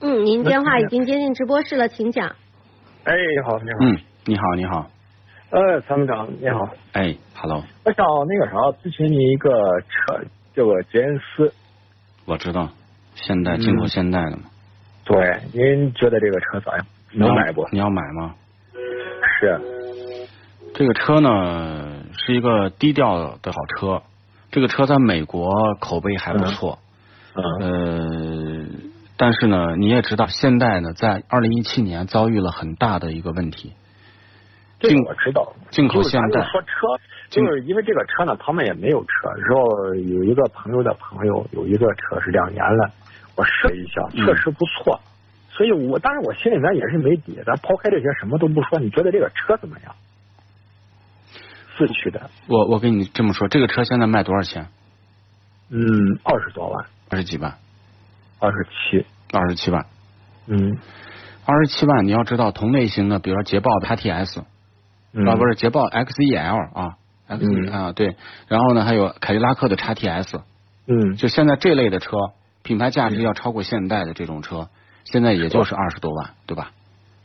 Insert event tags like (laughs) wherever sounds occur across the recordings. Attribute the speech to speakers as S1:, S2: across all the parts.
S1: 嗯，您电话已经接进直播室了，请讲。
S2: 哎，你好，你好，
S3: 嗯，你好，你好，
S2: 呃，参谋长你好，
S3: 哎，hello，
S2: 我想那个啥咨询您一个车，这个捷恩斯，
S3: 我知道，现代进口现代的嘛，
S2: 对，您觉得这个车咋样？能买不？
S3: 你要买吗？
S2: 是，
S3: 这个车呢是一个低调的好车，这个车在美国口碑还不错，
S2: 嗯
S3: 呃，但是呢你也知道，现代呢在二零一七年遭遇了很大的一个问题，
S2: 这
S3: 进
S2: 个我知道。
S3: 进口
S2: 就是
S3: 现
S2: 咱
S3: 代
S2: 们说车，就是因为这个车呢，他们也没有车。然后有一个朋友的朋友有一个车是两年了，我试了一下，
S3: 嗯
S2: 确实不错。所以我，当然我心里面也是没底。咱抛开这些什么都不说，你觉得这个车怎么样？四驱的，
S3: 我我跟你这么说，这个车现在卖多少钱？
S2: 嗯，二十多万。
S3: 二十几万，
S2: 二十七。
S3: 二十七万，
S2: 嗯
S3: 二十七万，你要知道同类型的，比如说捷豹的 RTS，
S2: 嗯，
S3: 啊，不是捷豹 XEL 啊，X、
S2: 嗯
S3: 啊对，然后呢还有凯迪拉克的 XTS，
S2: 嗯，
S3: 就现在这类的车，品牌价值要超过现代的这种车，现在
S2: 哦
S3: 也就是二十多万，对吧？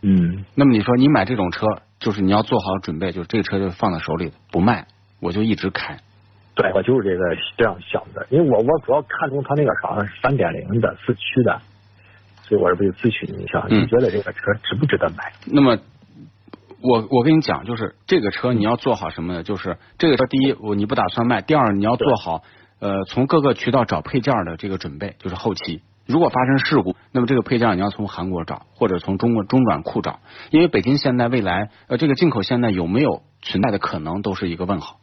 S2: 嗯
S3: 那么你说你买这种车，就是你要做好准备，就是这个车就放在手里不卖，我就一直开。
S2: 对，我就是这个这样想的，因为我我主要看中它那个啥三点零的四驱的，所以我这不就咨询你一下，
S3: 嗯
S2: 你觉得这个车值不值得买？
S3: 那么我我跟你讲，就是这个车你要做好什么呢？就是这个车第一我你不打算卖，第二你要做好呃从各个渠道找配件的这个准备，就是后期。如果发生事故，那么这个配件你要从韩国找，或者从中国中转库找，因为北京现代未来呃这个进口现代有没有存在的可能都是一个问号。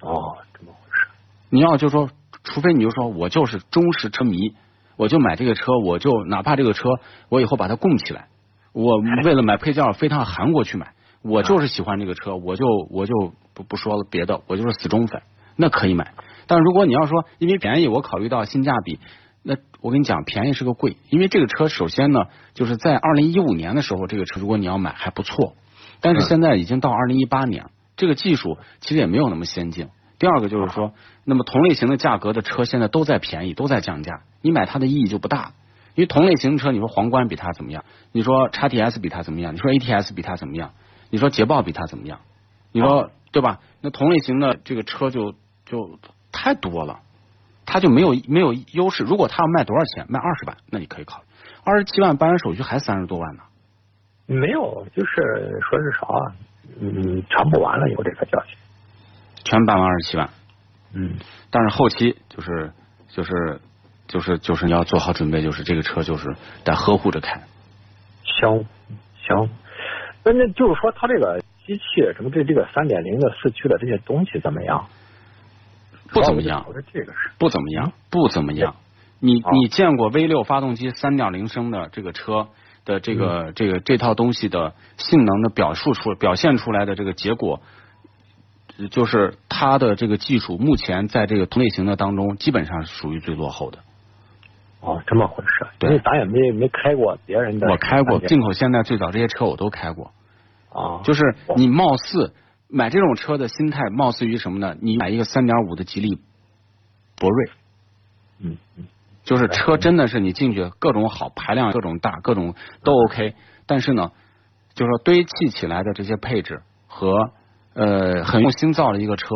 S2: 哦，这么回事。
S3: 你要就说，除非你就说我就是忠实车迷，我就买这个车，我就哪怕这个车我以后把它供起来，我为了买配件儿飞趟韩国去买，我就是喜欢这个车，我就我就不不说了别的，我就是死忠粉，那可以买。但如果你要说因为便宜，我考虑到性价比，那我跟你讲，便宜是个贵，因为这个车首先呢，就是在二零一五年的时候，这个车如果你要买还不错，但是
S2: 嗯
S3: 现在已经到二零一八年，这个技术其实也没有那么先进。第二个就是说，那么同类型的价格的车现在都在便宜，都在降价，你买它的意义就不大。因为同类型的车，你说皇冠比它怎么样？你说 XTS 比它怎么样？你说 ATS 比它怎么样？你说捷豹比它怎么样？你说对吧？那同类型的这个车就就太多了，它就没有没有优势。如果它要卖多少钱？卖二十万，那你可以考虑。二十七万办完手续还三十多万呢。
S2: 没有，就是说是啥，嗯，全部完了有这个消息。
S3: 全办完二十七万，
S2: 嗯，
S3: 但是后期就是就是就是就是你要做好准备，就是这个车就是得呵护着开。
S2: 行行，那那就是说它这个机器什么这这个三点零的四驱的这些东西怎么样？
S3: 不怎么样
S2: 主要我就考虑这个是。嗯哦
S3: 不怎么样，不怎么样。你
S2: 好
S3: 你见过 V 六发动机三点零升的这个车的这
S2: 嗯
S3: 个、这个这套东西的性能的表述出表现出来的这个结果，呃就是它的这个技术目前在这个同类型的当中基本上是属于最落后的。
S2: 哦，这么回事。
S3: 对
S2: 因为咱也没没开过别人的。
S3: 我开过
S2: 这
S3: 进口现代最早这些车我都开过，
S2: 啊，
S3: 就是你貌似买这种车的心态貌似于什么呢？你买一个三点五的吉利博瑞，
S2: 嗯嗯
S3: 就是车真的是你进去各种好，排量各种大，各种都 OK。但是呢，就是说堆砌起来的这些配置和呃很用心造了一个车，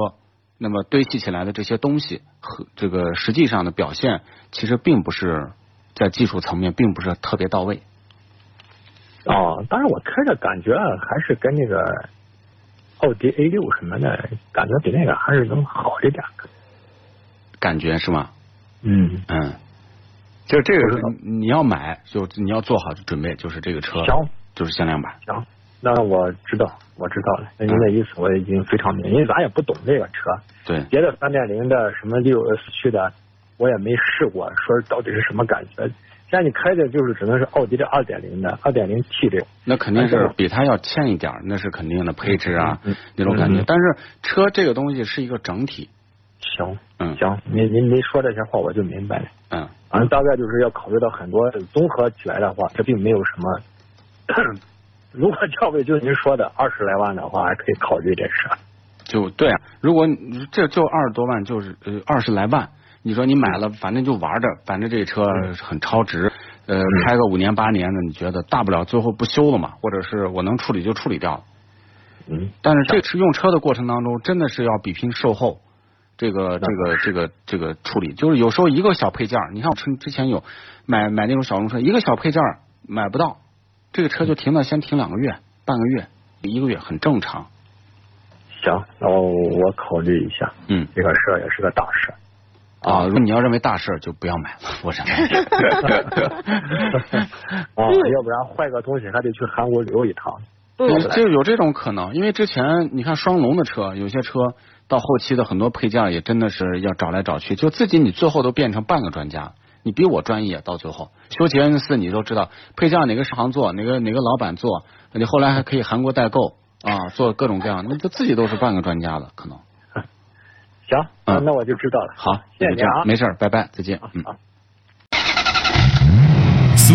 S3: 那么堆砌起来的这些东西和这个实际上的表现，其实并不是在技术层面并不是特别到位。
S2: 哦，当然我开着感觉还是跟那个奥迪 A 六什么的，感觉比那个还是能好一点。
S3: 感觉是吗？
S2: 嗯，
S3: 嗯，就是这
S2: 不
S3: 个
S2: 知道
S3: 你你要买，就你要做好准备，就是这个车
S2: 嗯行
S3: 就是限量版。
S2: 行，那我知道，我知道了。那您的意思我已经非常明白，因为咱也不懂这个车，
S3: 对，
S2: 别的三点零的什么六呃四驱的，我也没试过，说到底是什么感觉。现在你开的就是只能是奥迪的二点零的二点零 T 六，
S3: 那肯定
S2: 但
S3: 是
S2: 是
S3: 比它要欠一点儿，那是肯定的配置啊
S2: 哎嗯嗯
S3: 那种感
S2: 嗯
S3: 觉
S2: 嗯。
S3: 但是车这个东西是一个整体，
S2: 行
S3: 嗯
S2: 行，您您您说这些话我就明白了。
S3: 嗯，
S2: 反正大概就是要考虑到很多综合起来的话，这并没有什么。 (clears throat) 如果价位就您说的二十来万的话，还可以考虑这事儿。
S3: 就对啊。如果你这就二十多万，就是呃二十来万，你说你买了，反正就玩着，反正这车
S2: 嗯
S3: 很超值，呃，开个五年八年的，你觉得大不了最后不修了嘛，或者是我能处理就处理掉了。
S2: 嗯，
S3: 但是这次用车的过程当中，真的是要比拼售后，这个这个这个这个处理，就是有时候一个小配件儿，你看我之之前有买买那种小用车，一个小配件儿买不到，这个车就停了，先停两个月、半个月、一个月，很正常。
S2: 行，那我我考虑一下，
S3: 嗯
S2: 这个事儿也是个大事儿。
S3: 啊，如果你要认为大事儿，就不要买了，我 (laughs) 认为。
S2: 啊，
S3: 嗯
S2: 要不然坏个东西还得去韩国旅游一趟。
S3: 对，
S1: 嗯
S3: 就有这种可能，因为之前你看双龙的车，有些车到后期的很多配件也真的是要找来找去，就自己你最后都变成半个专家，你比我专业到最后。修杰恩斯你都知道配件哪个商行做，哪个哪个老板做，你后来还可以韩国代购啊，做各种各样的，那就自己都是半个专家了，可能。
S2: 行，那
S3: 嗯
S2: 那我就知道了。
S3: 好，
S2: 谢谢
S3: 就
S2: 你
S3: 这样
S2: 啊，
S3: 没事儿，拜拜，再见，嗯。
S4: 俗